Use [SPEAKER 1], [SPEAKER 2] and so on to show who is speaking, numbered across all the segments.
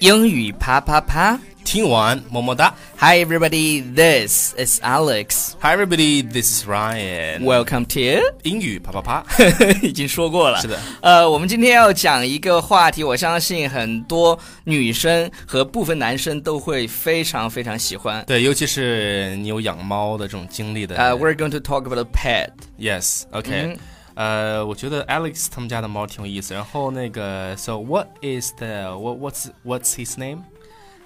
[SPEAKER 1] 英语啪啪啪
[SPEAKER 2] 听完么么哒。
[SPEAKER 1] ！Hi everybody, this is Alex.
[SPEAKER 2] Hi everybody, this is Ryan。
[SPEAKER 1] Welcome to
[SPEAKER 2] 英语啪啪啪。
[SPEAKER 1] 已经说过了，
[SPEAKER 2] 是的。
[SPEAKER 1] 呃，我们今天要讲一个话题，我相信很多女生和部分男生都会非常非常喜欢。
[SPEAKER 2] 对，尤其是你有养猫的这种经历的。
[SPEAKER 1] 呃、w e r e going to talk about pet.
[SPEAKER 2] Yes，OK、
[SPEAKER 1] 嗯
[SPEAKER 2] 呃，我觉得 Alex 他们家的猫挺有意思。然后那个，So what is the what what's what's his name？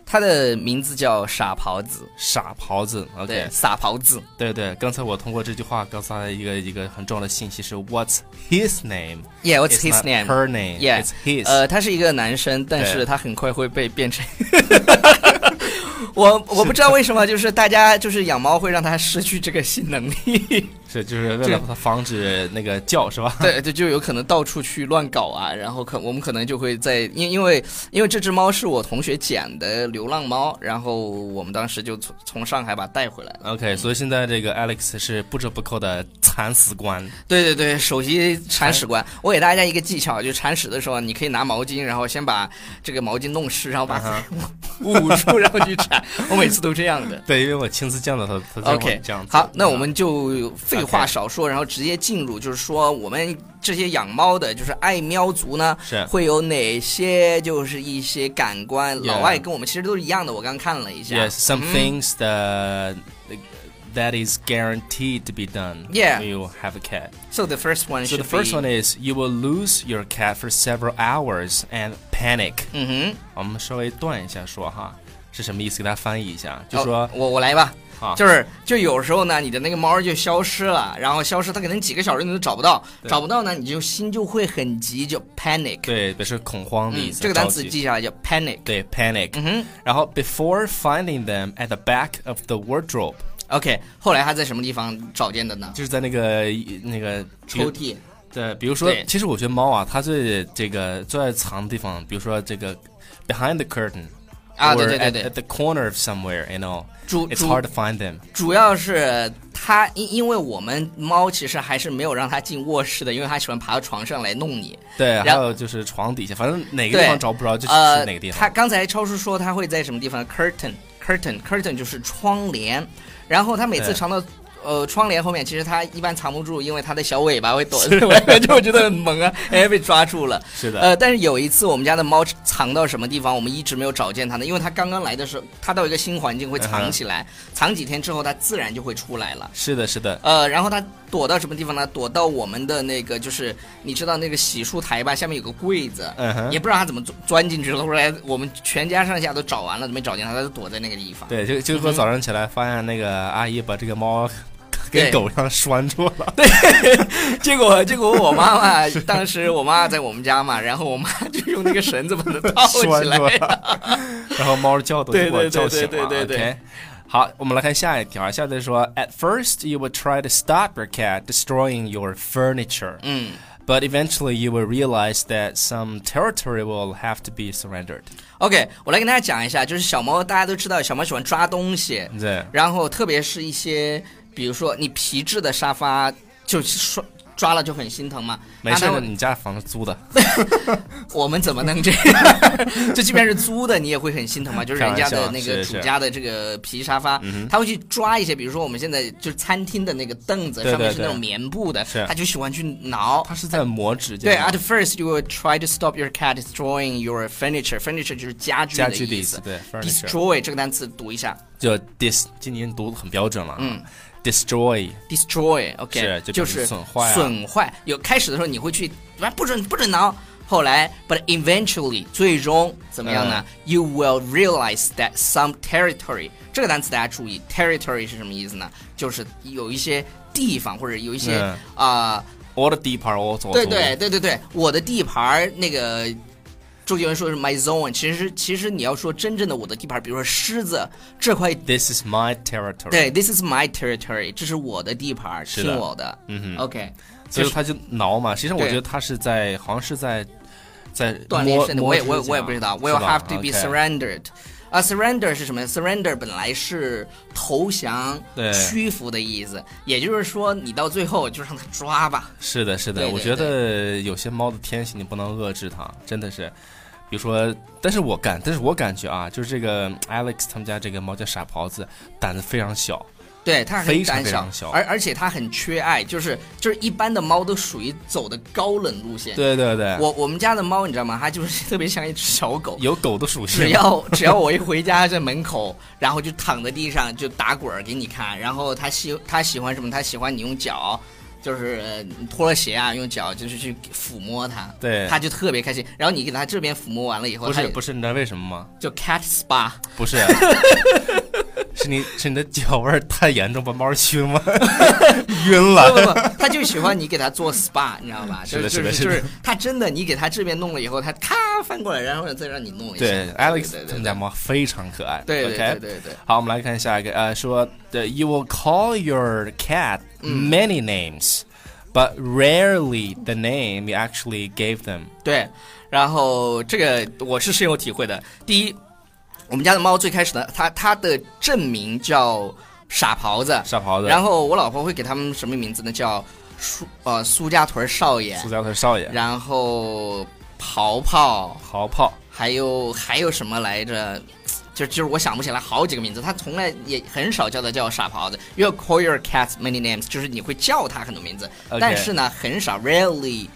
[SPEAKER 1] 它的名字叫傻狍子，
[SPEAKER 2] 傻狍子。
[SPEAKER 1] 对
[SPEAKER 2] OK，
[SPEAKER 1] 傻狍子。
[SPEAKER 2] 对对，刚才我通过这句话告诉他一个一个很重要的信息是 What's his name？
[SPEAKER 1] Yeah, what's
[SPEAKER 2] It's
[SPEAKER 1] his
[SPEAKER 2] not
[SPEAKER 1] name?
[SPEAKER 2] Her name.
[SPEAKER 1] Yeah.
[SPEAKER 2] It's his.
[SPEAKER 1] 呃，他是一个男生，但是
[SPEAKER 2] 对
[SPEAKER 1] 他很快会被变 成。我我不知道为什么，就是大家就是养猫会让它失去这个性能力，
[SPEAKER 2] 是就是为了它防止那个叫是吧？
[SPEAKER 1] 对，就就有可能到处去乱搞啊，然后可我们可能就会在，因因为因为这只猫是我同学捡的流浪猫，然后我们当时就从从上海把它带回来了。
[SPEAKER 2] OK，所以现在这个 Alex 是不折不扣的铲屎官。
[SPEAKER 1] 对对对，首席铲屎官，我给大家一个技巧，就铲屎的时候，你可以拿毛巾，然后先把这个毛巾弄湿，然后把它 捂住，然后去铲。我每次都这样的。
[SPEAKER 2] 对，因为我亲自见到他，他就
[SPEAKER 1] OK，
[SPEAKER 2] 这样子。嗯
[SPEAKER 1] 好，那我们就废话少说，然后直接进入，就是说我们这些养猫的，就是爱喵族呢，
[SPEAKER 2] 是
[SPEAKER 1] 会有哪些就是一些感官？
[SPEAKER 2] Yeah
[SPEAKER 1] 老外跟我们其实都是一样的，我刚看了一下。
[SPEAKER 2] Yes, some
[SPEAKER 1] 嗯
[SPEAKER 2] things that that is guaranteed to be done.
[SPEAKER 1] Yeah.
[SPEAKER 2] when you have a cat.
[SPEAKER 1] 嗯 So the first one.
[SPEAKER 2] So the
[SPEAKER 1] should
[SPEAKER 2] first
[SPEAKER 1] be-
[SPEAKER 2] one is you will lose your cat for several hours and panic.
[SPEAKER 1] 嗯
[SPEAKER 2] 我们稍微断一下说哈，是什么意思？给大家翻译一下，
[SPEAKER 1] 哼，
[SPEAKER 2] 就说
[SPEAKER 1] 哦我我来吧，
[SPEAKER 2] 啊，
[SPEAKER 1] 就是就有时候呢，你的那个猫就消失了，然后消失，它可能几个小时你都找不到，
[SPEAKER 2] 对
[SPEAKER 1] 找不到呢，你就心就会很急，就 panic。
[SPEAKER 2] 对，表示恐慌的意
[SPEAKER 1] 嗯，
[SPEAKER 2] 思。
[SPEAKER 1] 这个单词
[SPEAKER 2] 着急
[SPEAKER 1] 记下来叫 panic。
[SPEAKER 2] 对 panic，、
[SPEAKER 1] 嗯哼
[SPEAKER 2] 然后 before finding them at the back of the wardrobe，
[SPEAKER 1] ，OK。后来他在什么地方找见的呢？
[SPEAKER 2] 就是在那个那个比如
[SPEAKER 1] 抽屉。
[SPEAKER 2] 对，比如说
[SPEAKER 1] 对，
[SPEAKER 2] 其实我觉得猫啊，它最这个最爱藏的地方，比如说这个 behind the curtain，
[SPEAKER 1] 啊
[SPEAKER 2] or
[SPEAKER 1] 对对对
[SPEAKER 2] at-
[SPEAKER 1] 对
[SPEAKER 2] at the corner of somewhere，you know，
[SPEAKER 1] 主
[SPEAKER 2] it's
[SPEAKER 1] 主
[SPEAKER 2] hard to find them。
[SPEAKER 1] 主要是它，因因为我们猫其实还是没有让它进卧室的，因为它喜欢爬到床上来弄你。
[SPEAKER 2] 对，还
[SPEAKER 1] 然后
[SPEAKER 2] 有就是床底下，反正哪个地方
[SPEAKER 1] 对
[SPEAKER 2] 找不着就是
[SPEAKER 1] 呃
[SPEAKER 2] 哪个地，方。
[SPEAKER 1] 它刚才超叔说它会在什么地方？curtain，curtain，curtain 就是窗帘，然后它每次
[SPEAKER 2] 对
[SPEAKER 1] 藏到。呃，窗帘后面其实它一般藏不住，因为它的小尾巴会 躲在外面，就我觉得很萌啊，哎，被抓住了。
[SPEAKER 2] 是的，
[SPEAKER 1] 呃，但是有一次我们家的猫藏到什么地方，我们一直没有找见它呢，因为它刚刚来的时候，它到一个新环境会
[SPEAKER 2] 嗯
[SPEAKER 1] 藏
[SPEAKER 2] 哼
[SPEAKER 1] 起来，藏几天之后它自然就会出来了。
[SPEAKER 2] 是的，是的，
[SPEAKER 1] 呃，然后它躲到什么地方呢？躲到我们的那个，就是你知道那个洗漱台吧，下面有个柜子，
[SPEAKER 2] 嗯哼
[SPEAKER 1] 也不知道它怎么钻钻进去了。后来我们全家上下都找完了，都没找见它，它就躲在那个地方。
[SPEAKER 2] 对，就
[SPEAKER 1] 嗯
[SPEAKER 2] 就我早上起来发现那个阿姨把这个猫
[SPEAKER 1] 对
[SPEAKER 2] 跟狗一样拴住了。
[SPEAKER 1] 结果，结果我妈妈当时我妈在我们家嘛，然后我妈就用那个绳子把 它套
[SPEAKER 2] 拴
[SPEAKER 1] 起来
[SPEAKER 2] 住。了，然后猫叫都给
[SPEAKER 1] 对
[SPEAKER 2] 我
[SPEAKER 1] 对对
[SPEAKER 2] 叫醒了。
[SPEAKER 1] 对对对
[SPEAKER 2] OK，好，我们来看下一条，下一条说，At first you would try to stop your cat destroying your furniture,
[SPEAKER 1] 嗯
[SPEAKER 2] but eventually you will realize that some territory will have to be surrendered.
[SPEAKER 1] ，OK，我来跟大家讲一下，就是小猫，大家都知道，小猫喜欢抓东西，
[SPEAKER 2] 对，
[SPEAKER 1] 然后特别是一些，比如说你皮质的沙发，就刷抓了就很心疼嘛。
[SPEAKER 2] 没事
[SPEAKER 1] 那它
[SPEAKER 2] 的，
[SPEAKER 1] 会
[SPEAKER 2] 你家房子租的，
[SPEAKER 1] 我们怎么能这样？ 就即便是租的，你也会很心疼嘛。就是人家
[SPEAKER 2] 开玩
[SPEAKER 1] 的
[SPEAKER 2] 笑
[SPEAKER 1] 那个
[SPEAKER 2] 是是嗯
[SPEAKER 1] 主家的这个皮沙发，他会去抓一些，比如说我们现在就是餐厅的那个凳子，
[SPEAKER 2] 对对
[SPEAKER 1] 上面是那种
[SPEAKER 2] 对
[SPEAKER 1] 棉布的
[SPEAKER 2] 是，
[SPEAKER 1] 他就喜欢去挠。
[SPEAKER 2] 它是在磨指甲
[SPEAKER 1] 对
[SPEAKER 2] 的。
[SPEAKER 1] ，at first you will try to stop your cat destroying your furniture. Furniture 就是家具
[SPEAKER 2] 家具的
[SPEAKER 1] 意
[SPEAKER 2] 意
[SPEAKER 1] 思
[SPEAKER 2] 思，。对，furniture
[SPEAKER 1] Destroy 这个单词读一下
[SPEAKER 2] 就 dis，今年读的很标准了，嗯，destroy
[SPEAKER 1] ，destroy，OK，、
[SPEAKER 2] 是就表示
[SPEAKER 1] 是
[SPEAKER 2] 损坏啊
[SPEAKER 1] 损坏有开始的时候你会去，啊不准不准挠，后来，but eventually 最终怎么样呢、y
[SPEAKER 2] 嗯
[SPEAKER 1] o u will realize that some territory 这个单词大家注意，territory 是什么意思呢？就是有一些地方或者有一些
[SPEAKER 2] 嗯
[SPEAKER 1] 啊、
[SPEAKER 2] all the deep are all
[SPEAKER 1] 对对对对对，我的地盘儿那个。周杰伦说是 my zone，其实其实你要说真正的我的地盘儿，比如说狮子这块
[SPEAKER 2] ，this is my territory。
[SPEAKER 1] 对，This is my territory，这是我的地盘儿，
[SPEAKER 2] 是
[SPEAKER 1] 听
[SPEAKER 2] 的
[SPEAKER 1] 我的。嗯哼，OK，
[SPEAKER 2] 所
[SPEAKER 1] 就
[SPEAKER 2] 以
[SPEAKER 1] 是
[SPEAKER 2] 他就挠嘛。实际上，我
[SPEAKER 1] 对
[SPEAKER 2] 觉得他是在，好像是在在
[SPEAKER 1] 锻炼
[SPEAKER 2] 摸
[SPEAKER 1] 身体，
[SPEAKER 2] 摸
[SPEAKER 1] 我也
[SPEAKER 2] 指
[SPEAKER 1] 我也
[SPEAKER 2] 甲
[SPEAKER 1] 我也不知道
[SPEAKER 2] 是吧
[SPEAKER 1] ，Will have to be
[SPEAKER 2] OK
[SPEAKER 1] surrendered。啊，surrender 是什么呀？surrender 本来是投降、
[SPEAKER 2] 对
[SPEAKER 1] 屈服的意思，也就是说你到最后就让他抓吧。
[SPEAKER 2] 是的，是的
[SPEAKER 1] 对对
[SPEAKER 2] 我觉得有些猫的天性你不能遏制它，真的是。比如说，但是我感，但是我感觉啊，就是这个 Alex 他们家这个猫叫傻狍子，胆子非常小，
[SPEAKER 1] 对，它很
[SPEAKER 2] 非常
[SPEAKER 1] 胆
[SPEAKER 2] 非
[SPEAKER 1] 小
[SPEAKER 2] 常，小
[SPEAKER 1] 而而且它很缺爱，就是就是一般的猫都属于走的高冷路线。
[SPEAKER 2] 对对对，
[SPEAKER 1] 我我们家的猫你知道吗？它就是 特别像一只小狗，
[SPEAKER 2] 嗯有狗的属性
[SPEAKER 1] 只，要只要我一回家在门口， 然后就躺在地上就打滚儿给你看，然后他喜他喜欢什么？他喜欢你用脚，就是呃你脱了鞋啊，用脚就是去抚摸它，
[SPEAKER 2] 对，
[SPEAKER 1] 他就特别开心。然后你给他这边抚摸完了以后，
[SPEAKER 2] 嗯不
[SPEAKER 1] 它
[SPEAKER 2] 是
[SPEAKER 1] 也
[SPEAKER 2] 不是，你知道为什么吗？
[SPEAKER 1] 就 cat spa，
[SPEAKER 2] 不 是，是你是你的脚味儿太严重，把猫儿熏了， 晕
[SPEAKER 1] 不
[SPEAKER 2] 了。
[SPEAKER 1] 不不，他就喜欢你给 他做 spa，你知道吧？
[SPEAKER 2] 是
[SPEAKER 1] 就
[SPEAKER 2] 的
[SPEAKER 1] 就是
[SPEAKER 2] 的是
[SPEAKER 1] 就
[SPEAKER 2] 的
[SPEAKER 1] 是他真的，你给他这边弄了以后，他咔翻过来，然后再让你弄一下。
[SPEAKER 2] 对
[SPEAKER 1] 对
[SPEAKER 2] ，Alex 他
[SPEAKER 1] 对
[SPEAKER 2] 们家猫非常可爱。
[SPEAKER 1] 对对
[SPEAKER 2] OK，
[SPEAKER 1] 对对对。
[SPEAKER 2] 好，我们来看下一个，呃，说的 You will call your cat
[SPEAKER 1] Mm。
[SPEAKER 2] many names, but rarely the name you actually gave them。
[SPEAKER 1] 对，然后这个我是深有体会的。第一，我们家的猫最开始呢，它它的正名叫傻狍子，
[SPEAKER 2] 傻狍子，
[SPEAKER 1] 然后我老婆会给它们什么名字呢？叫苏呃苏家屯少爷
[SPEAKER 2] 塑，胶头少爷，
[SPEAKER 1] 然后刨刨，
[SPEAKER 2] 豪炮，
[SPEAKER 1] 还有还有什么来着？就就是我想不起来好几个名字，它从来也很少叫它叫傻狍子。You call your cat many names，就是你会叫它很多名字
[SPEAKER 2] OK
[SPEAKER 1] 但是呢，很少，rarely，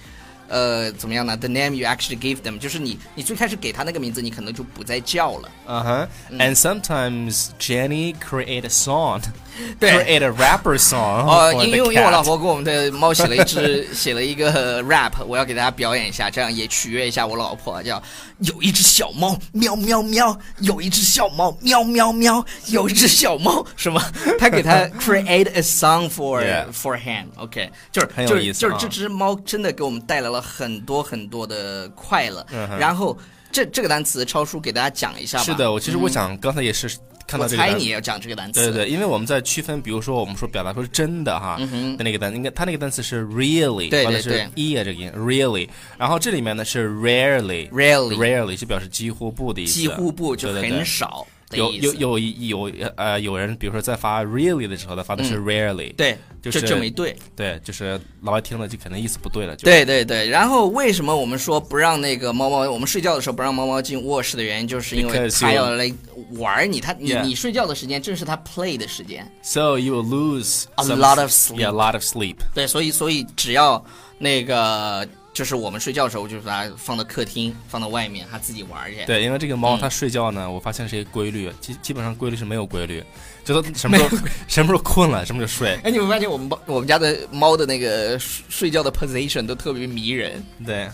[SPEAKER 1] 呃，怎么样呢？The name you actually give them，就是你你最开始给它那个名字，你可能就不再叫了。
[SPEAKER 2] 嗯哼。And Uh-huh。 sometimes Jenny create a song,
[SPEAKER 1] 对
[SPEAKER 2] create a rapper song
[SPEAKER 1] 哦，
[SPEAKER 2] for the
[SPEAKER 1] 因因为因为我
[SPEAKER 2] cat
[SPEAKER 1] 老婆给我们的猫写了一只 写了一个 rap，我要给大家表演一下，这样也取悦一下我老婆。叫有一只小猫喵喵喵，有一只小猫喵喵喵，有一只小猫什么？他 给他 create a song for
[SPEAKER 2] Yeah.
[SPEAKER 1] for him，OK，、就是
[SPEAKER 2] 很有
[SPEAKER 1] 就是
[SPEAKER 2] 意思
[SPEAKER 1] 就是
[SPEAKER 2] 啊
[SPEAKER 1] 这只猫真的给我们带来了很多很多的快乐。
[SPEAKER 2] 嗯哼
[SPEAKER 1] 然后这这个单词超叔给大家讲一下吧。
[SPEAKER 2] 是的，我其实我想刚才也是看
[SPEAKER 1] 我
[SPEAKER 2] 到这个
[SPEAKER 1] 猜
[SPEAKER 2] 单
[SPEAKER 1] 你
[SPEAKER 2] 词。
[SPEAKER 1] 也要讲这个单词。
[SPEAKER 2] 对对对，因为我们在区分，比如说我们说表达说是真的哈，的那个单，应该它那个单词是 really，
[SPEAKER 1] 嗯对对
[SPEAKER 2] 或者是
[SPEAKER 1] 对
[SPEAKER 2] e 啊这个音 really，然后这里面呢是 rarely，
[SPEAKER 1] r a r e l y
[SPEAKER 2] rarely 是表示几乎不的意思，
[SPEAKER 1] 几乎不就
[SPEAKER 2] 对对对
[SPEAKER 1] 很少的
[SPEAKER 2] 有
[SPEAKER 1] 意思
[SPEAKER 2] 有有有呃有人，比如说在发 really 的时候，他发的是 rarely，、
[SPEAKER 1] 嗯对，
[SPEAKER 2] 就是
[SPEAKER 1] 这没对，
[SPEAKER 2] 对，就是老外听了就可能意思不对了，就
[SPEAKER 1] 对对对。然后为什么我们说不让那个猫猫，我们睡觉的时候不让猫猫进卧室的原因，就是因为
[SPEAKER 2] Because
[SPEAKER 1] 它
[SPEAKER 2] you-
[SPEAKER 1] 要来玩你，它你
[SPEAKER 2] Yeah
[SPEAKER 1] 你睡觉的时间正是它 play 的时间，
[SPEAKER 2] ，so you will lose
[SPEAKER 1] A
[SPEAKER 2] some-
[SPEAKER 1] lot of sleep.
[SPEAKER 2] yeah, a lot of sleep，
[SPEAKER 1] 对，所以所以只要那个就是我们睡觉的时候，就是把它放到客厅，放到外面，它自己玩去。
[SPEAKER 2] 对，因为这个猫它睡觉
[SPEAKER 1] 嗯
[SPEAKER 2] 呢，我发现是一个规律，基基本上规律是没有规律，就它什么时候什么时候困了，什么时候睡。
[SPEAKER 1] 哎，你有没有发现我们猫我们家的猫的那个睡睡觉的 position 都特别迷人？
[SPEAKER 2] 对，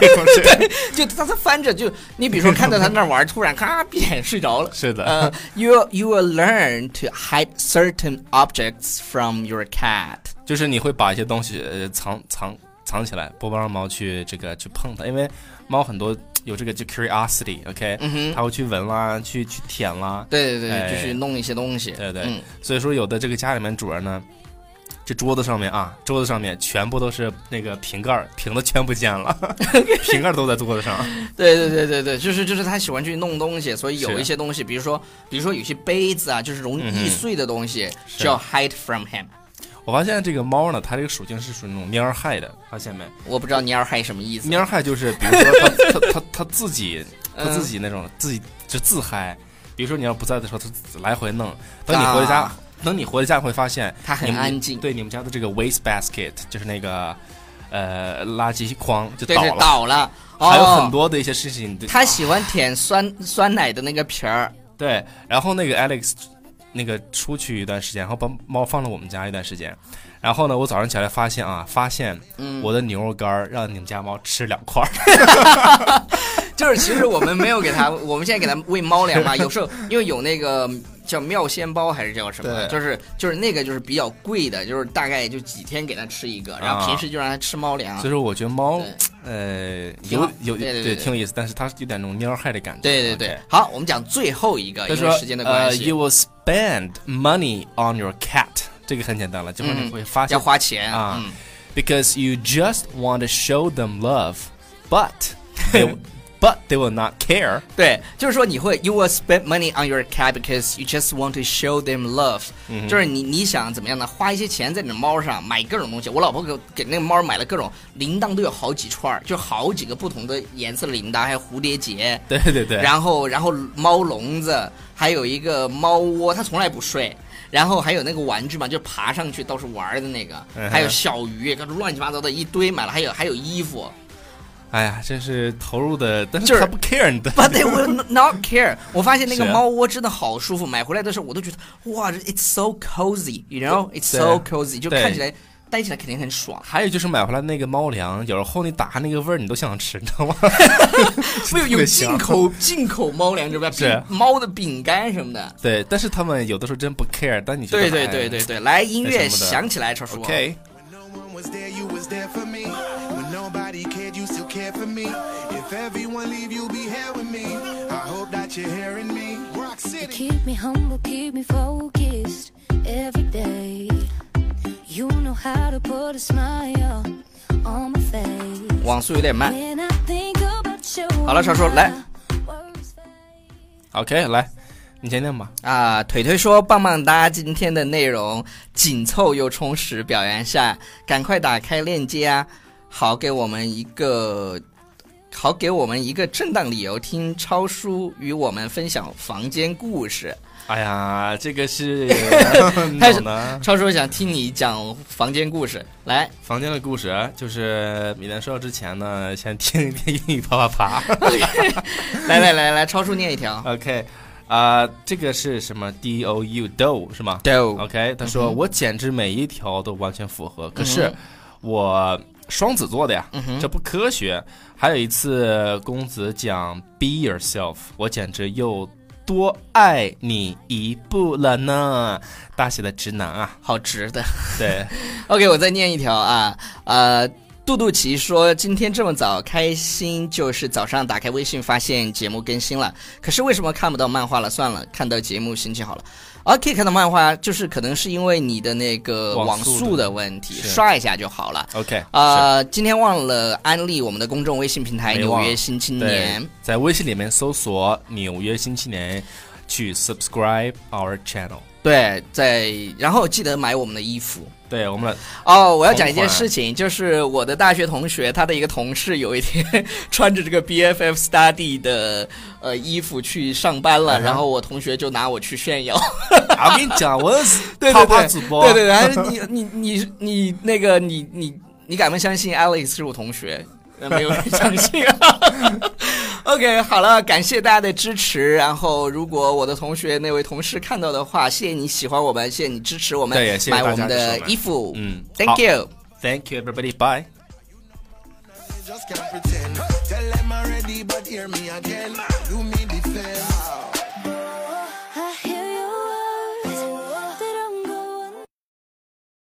[SPEAKER 2] 对，
[SPEAKER 1] 就它它翻着，就你比如说看到它那儿玩，突然咔闭眼睡着了，
[SPEAKER 2] 是的。
[SPEAKER 1] Uh, you you will learn to hide certain objects from your cat.
[SPEAKER 2] 就是你会把一些东西呃藏藏藏起来，不让猫去这个去碰它，因为猫很多有这个就 curiosity，OK，、它会
[SPEAKER 1] 嗯
[SPEAKER 2] 去闻啦，去去舔啦，
[SPEAKER 1] Mm-hmm. 对对
[SPEAKER 2] 哎
[SPEAKER 1] 对，就是弄一些东西。
[SPEAKER 2] 对对，
[SPEAKER 1] 嗯，
[SPEAKER 2] 所以说有的这个家里面主人呢。这桌子上面啊，桌子上面全部都是那个瓶盖儿，瓶子全不见了， 瓶盖儿都在桌子上。
[SPEAKER 1] 对对对对对，就是就是他喜欢去弄东西，所以有
[SPEAKER 2] 是啊
[SPEAKER 1] 一些东西，比如说比如说有些杯子啊，就是容易
[SPEAKER 2] 嗯哼
[SPEAKER 1] 易碎的东西，
[SPEAKER 2] 是
[SPEAKER 1] 就要 hide from him。
[SPEAKER 2] 我发现这个猫呢，它这个属性是属于那种蔫儿害的，发现没？
[SPEAKER 1] 我不知道你要 hide 什么意 思。
[SPEAKER 2] 蔫儿嗨就是，比如说他他他他自 己他
[SPEAKER 1] 嗯
[SPEAKER 2] 自己那种自己就自嗨，比如说你要不在的时候，他自己来回弄。等你回家
[SPEAKER 1] 啊，
[SPEAKER 2] 等你回家会发现
[SPEAKER 1] 他很
[SPEAKER 2] 你们
[SPEAKER 1] 安静
[SPEAKER 2] 对你们家的这个 waste basket 就是那个呃垃圾筐就
[SPEAKER 1] 对
[SPEAKER 2] 倒
[SPEAKER 1] 对，
[SPEAKER 2] 了，
[SPEAKER 1] 倒了。
[SPEAKER 2] 还有很
[SPEAKER 1] 哦，
[SPEAKER 2] 多的一些事情。对
[SPEAKER 1] 他喜欢舔酸酸奶的那个皮儿。
[SPEAKER 2] 对，然后那个 Alex 那个出去一段时间，然后把猫放了我们家一段时间，然后呢，我早上起来发现啊，发现
[SPEAKER 1] 嗯
[SPEAKER 2] 我的牛肉干儿让你们家猫吃两块儿。
[SPEAKER 1] 就是其实我们没有给它，我们现在给它喂猫粮嘛，有 时候因为有那个叫妙鲜包还是叫什么，
[SPEAKER 2] 对
[SPEAKER 1] 就是就是那个就是比较贵的，就是大概就几天给它吃一个，然后
[SPEAKER 2] 啊
[SPEAKER 1] 平时就让它吃猫粮
[SPEAKER 2] 所以。说，我觉得猫
[SPEAKER 1] 啊对，
[SPEAKER 2] 呃，
[SPEAKER 1] 挺
[SPEAKER 2] 有
[SPEAKER 1] 好
[SPEAKER 2] 有
[SPEAKER 1] 对对对
[SPEAKER 2] 挺有意思，但是它有点那种蔫儿害的感觉。啊
[SPEAKER 1] 对对对
[SPEAKER 2] OK。，
[SPEAKER 1] 好，我们讲最后一个，
[SPEAKER 2] 他
[SPEAKER 1] 因
[SPEAKER 2] 说
[SPEAKER 1] 为时间的关
[SPEAKER 2] 呃
[SPEAKER 1] 系
[SPEAKER 2] ，You，will spend money on your cat，这个很简单了，就是
[SPEAKER 1] 嗯
[SPEAKER 2] 你会发
[SPEAKER 1] 要
[SPEAKER 2] 现
[SPEAKER 1] 花钱
[SPEAKER 2] 啊
[SPEAKER 1] 嗯，
[SPEAKER 2] ，because you just want to show them love，but they but they will not care。
[SPEAKER 1] 对，就是说你会 you will spend money on your cat because you just want to show them love，、就是
[SPEAKER 2] 嗯
[SPEAKER 1] 你你想怎么样呢？花一些钱在你的猫上买各种东西。我老婆给给那个猫买了各种铃铛，都有好几串儿，就好几个不同的颜色的铃铛，还有蝴蝶结，
[SPEAKER 2] 对对对，
[SPEAKER 1] 然后然后猫笼子，还有一个猫窝，它从来不睡。然后还有那个玩具嘛，就爬上去到处玩儿的那个，
[SPEAKER 2] 嗯哼
[SPEAKER 1] 还有小鱼，各种乱七八糟的一堆买了，还有还有衣服，
[SPEAKER 2] 哎呀，真是投入的，但
[SPEAKER 1] 就是是
[SPEAKER 2] 他不 care 你的。
[SPEAKER 1] But they will not care。我发现那个
[SPEAKER 2] 是啊
[SPEAKER 1] 猫窝真的好舒服，买回来的时候我都觉得哇，it's so cozy，you know，it's
[SPEAKER 2] 对啊
[SPEAKER 1] so cozy，就
[SPEAKER 2] 对
[SPEAKER 1] 看起来待起来肯定很 爽。
[SPEAKER 2] 还有就是买回来那个猫粮，有时候你打开那个味儿，你都想吃，你知道吗？
[SPEAKER 1] 没有
[SPEAKER 2] 特
[SPEAKER 1] 有
[SPEAKER 2] 别香
[SPEAKER 1] 进口进口猫粮，知道吧？
[SPEAKER 2] 是
[SPEAKER 1] 饼猫的饼干什么的。
[SPEAKER 2] 对，但是他们有的时候真不 care，但你觉得
[SPEAKER 1] 对对对对啊对，来音乐
[SPEAKER 2] 那哎什么的
[SPEAKER 1] 响起来，超叔。
[SPEAKER 2] ，OK，
[SPEAKER 3] When no one was there, you was there for me. When nobody cared, you still cared for me. If everyone leave, you'll be here with me. I hope that you're hearing me. Rock City.
[SPEAKER 4] Keep me humble, keep me focused every day. You know how to put a smile on my face.
[SPEAKER 1] 网速有点慢，
[SPEAKER 4] When I think about you,
[SPEAKER 1] 好了，少说，来。
[SPEAKER 4] my words fade.
[SPEAKER 2] OK，来，你先念吧。
[SPEAKER 1] 啊、腿腿说棒棒哒，今天的内容紧凑又充实，表扬下，赶快打开链接啊，好给我们一个。好，给我们一个正当理由听超叔与我们分享房间故事。
[SPEAKER 2] 哎呀，这个 是
[SPEAKER 1] 开
[SPEAKER 2] 太
[SPEAKER 1] 始
[SPEAKER 2] 呢。
[SPEAKER 1] 超叔想听你讲房间故事，来，
[SPEAKER 2] 房间的故事啊就是米兰说之前呢，先听一遍英语啪啪啪。
[SPEAKER 1] 来来来来，超叔念一条。
[SPEAKER 2] OK，啊、 这个是什么？D O U do 是吗？
[SPEAKER 1] 对，
[SPEAKER 2] OK，他说、我简直每一条都完全符合，可是
[SPEAKER 1] 嗯
[SPEAKER 2] 我双子座的呀，
[SPEAKER 1] 嗯哼
[SPEAKER 2] 这不科学。还有一次公子讲 Be yourself，我简直又多爱你一步了呢，大写的直男啊，
[SPEAKER 1] 好直的。
[SPEAKER 2] 对，
[SPEAKER 1] OK，我再念一条啊，呃，杜杜奇说今天这么早开心，就是早上打开微信发现节目更新了，可是为什么看不到漫画了？算了，看到节目心情好了。OK，看到漫画就是可能是因为你的那个
[SPEAKER 2] 网
[SPEAKER 1] 网
[SPEAKER 2] 速的
[SPEAKER 1] 速的问题，
[SPEAKER 2] 是
[SPEAKER 1] 刷一下就好了。
[SPEAKER 2] OK，是
[SPEAKER 1] 呃，今天忘了安利我们的公众微信平台《
[SPEAKER 2] 没
[SPEAKER 1] 纽
[SPEAKER 2] 忘
[SPEAKER 1] 约新青年
[SPEAKER 2] 对》，，在微信里面搜索“纽约新青年”，去 subscribe our channel。
[SPEAKER 1] 对，在然后记得买我们的衣服。
[SPEAKER 2] 对我们俩
[SPEAKER 1] 哦，我要讲一件
[SPEAKER 2] 同款
[SPEAKER 1] 事情，就是我的大学同学，他的一个同事，有一天 穿着这个 BFF study 的呃衣服去上班了，
[SPEAKER 2] 嗯哼
[SPEAKER 1] 然后我同学就拿我去 炫耀，
[SPEAKER 2] 啊我跟你讲，我是
[SPEAKER 1] 对
[SPEAKER 2] 啪
[SPEAKER 1] 对
[SPEAKER 2] 啪
[SPEAKER 1] 对，
[SPEAKER 2] 主播，
[SPEAKER 1] 对对对，还 是你你你你那个你你你敢不相信 Alex 是我同学？呃没有人相信、 啊。OK，好了，感谢大家的支持。然后，如果我的同学那位同事看到的话，谢谢你喜欢我们，谢谢你支持我们，
[SPEAKER 2] 对也谢谢
[SPEAKER 1] 买
[SPEAKER 2] 大家
[SPEAKER 1] 我们
[SPEAKER 2] 支持
[SPEAKER 1] 的
[SPEAKER 2] 我们
[SPEAKER 1] 衣服。
[SPEAKER 2] 嗯好
[SPEAKER 1] Thank you。
[SPEAKER 2] Thank you, everybody. Bye.
[SPEAKER 3] Just can't pretend. Tell them already, but hear me again. You mean